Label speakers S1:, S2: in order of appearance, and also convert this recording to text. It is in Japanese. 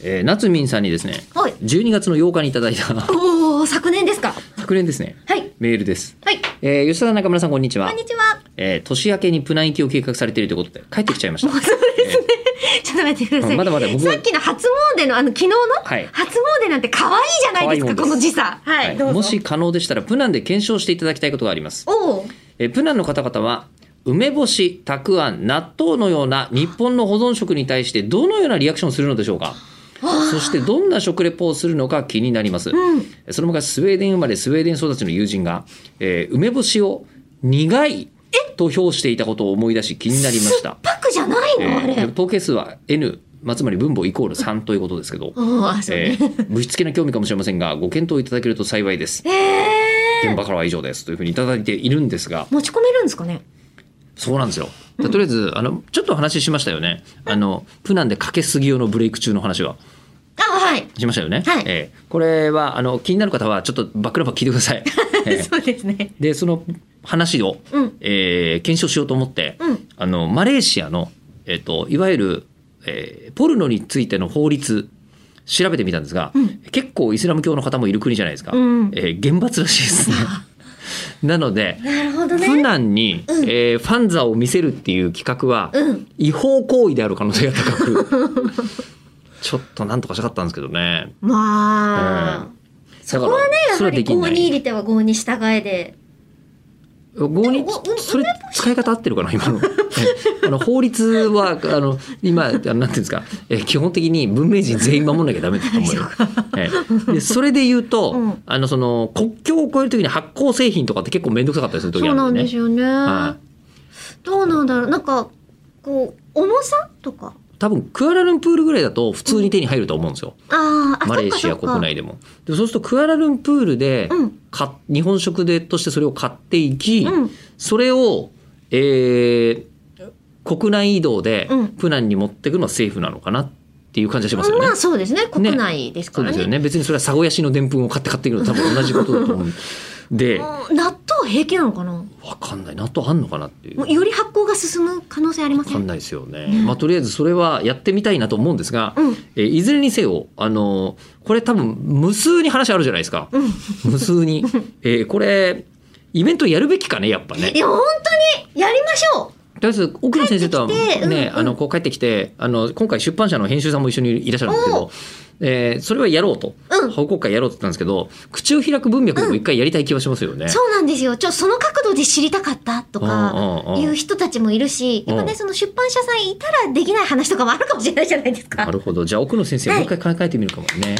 S1: えー、夏民さんにですね、
S2: はい
S1: 12月の8日にいただい た
S2: おお、昨年ですか。
S1: 昨年ですね、
S2: はい。
S1: メールです。
S2: はい。
S1: えー、吉田さん中村さんこんにちは
S2: こんにちは。
S1: えー年明けにプナン行きを計画されているということで帰ってきちゃいました
S2: ちょっと待ってください。
S1: まだまだ僕は
S2: さっきの初詣の、あの、昨日の、
S1: はい
S2: 初詣なんて可愛いじゃないです
S1: 可愛いも
S2: か、
S1: んです
S2: この時差。はい。
S1: はい
S2: どうぞ。
S1: もし可能でしたらプナンで検証していただきたいことがあります
S2: おお。
S1: えープナンの方々は梅干し、たくあん、納豆のような日本の保存食に対してどのようなリアクションをするのでしょうかそしてどんな食レポをするのか気になります、その昔スウェーデン生まれスウェーデン育ちの友人が、えー梅干しを苦いと評していたことを思い出し気になりました
S2: パックじゃないの、あ
S1: えー
S2: れ。
S1: 統計数は N、まあ、つまり分母イコール3ということですけど、
S2: おお、あ、そう
S1: え
S2: ね。
S1: ーぶしつけな興味かもしれませんがご検討いただけると幸いです
S2: ええ
S1: 現場からは以上ですというふうにいただいているんですが
S2: 持ち込めるんですかね。
S1: そうなんですよとりあえずあのちょっとお話ししましたよねあのプナンでかけすぎ用のブレイク中の話は
S2: あ、はい。
S1: しましたよね、
S2: はい
S1: えーこれはあの気になる方はちょっとバックナンバー聞いてください、えー
S2: そうですね。
S1: でその話を、
S2: うん
S1: えー検証しようと思って、
S2: うん
S1: あのマレーシアの、えっといわゆる、えーポルノについての法律調べてみたんですが、結構イスラム教の方もいる国じゃないですか、
S2: うん
S1: えー厳罰らしい ですね。なので
S2: なるほど
S1: 普
S2: ね。
S1: 段に、
S2: うん
S1: えーファンザを見せるっていう企画は、
S2: うん。
S1: 違法行為である可能性が高く ちょっとなんとかしたかったんですけどね。
S2: まあ。
S1: えー
S2: そこはね、や
S1: そ
S2: は
S1: れはで
S2: り
S1: きない
S2: 郷に入り手は郷に従えで。
S1: 合に
S2: でもおうん
S1: それ使い方合ってるかな今 のえあの法律はあの今あのなんていうんですかえ基本的に文明人全員守んなきゃダメだと思う よ、えでそれで言うと、
S2: うん
S1: あのその国境を越える時に発酵製品とかって結構面倒くさかったりする時
S2: そ
S1: ある
S2: うなん
S1: んで
S2: で
S1: ね
S2: すよね。
S1: は
S2: どうなんだろう。なんか、こう、重さとか。
S1: 多分クアラルンプールぐらいだと普通に手に入ると思うんですよ、
S2: あーあ、
S1: マレーシア
S2: そっか
S1: 国内でもでそうするとクアラルンプールで、
S2: うん
S1: か日本食でとしてそれを買っていき、
S2: そっか。うん。
S1: それを、えー国内移動で
S2: うん
S1: プナンに持っていくのはセーフなのかなっていう感じがしますよね。
S2: まあそうですね。国内です
S1: そ
S2: か
S1: う
S2: ら
S1: で
S2: ね。
S1: すよね。別にそれはサゴヤシの澱粉を買って買っていくのと多分同じことだと思うんで、わ
S2: うん納豆平気なのかな。
S1: かんない。納豆あんのかなっていう。
S2: も
S1: わ
S2: うより発酵が進む可能性ありませ
S1: かん
S2: ん。
S1: ないですよね。
S2: ね
S1: まあとりあえずそれはやってみたいなと思うんですが、
S2: うん
S1: えーいずれにせよ、あのーこれ多分無数に話あるじゃないですか。
S2: うん。
S1: 無数 に。えーこれ、イベントやるべきかね、やっぱね
S2: い。や本当にやりましょ
S1: とりあえず奥野先生とは
S2: 帰ってきてうん
S1: ね
S2: うん
S1: あのこう帰ってきてあの今回出版社の編集さんも一緒にいらっしゃるんですけど、えーそれはやろうと
S2: うん
S1: 報告会やろうって言ったんですけど口を開く文脈でも一回やりたい気はしますよね
S2: う。。そうなんですよ。ちょその角度で知りたかったとか
S1: うんうんうん
S2: いう人たちもいるし、
S1: うん
S2: 今ねその出版社さんいたらできない話とかもあるかもしれないじゃないです
S1: な
S2: か。
S1: るほどじゃあ奥野先生
S2: は
S1: も
S2: いう
S1: 一回考えてみるかもね。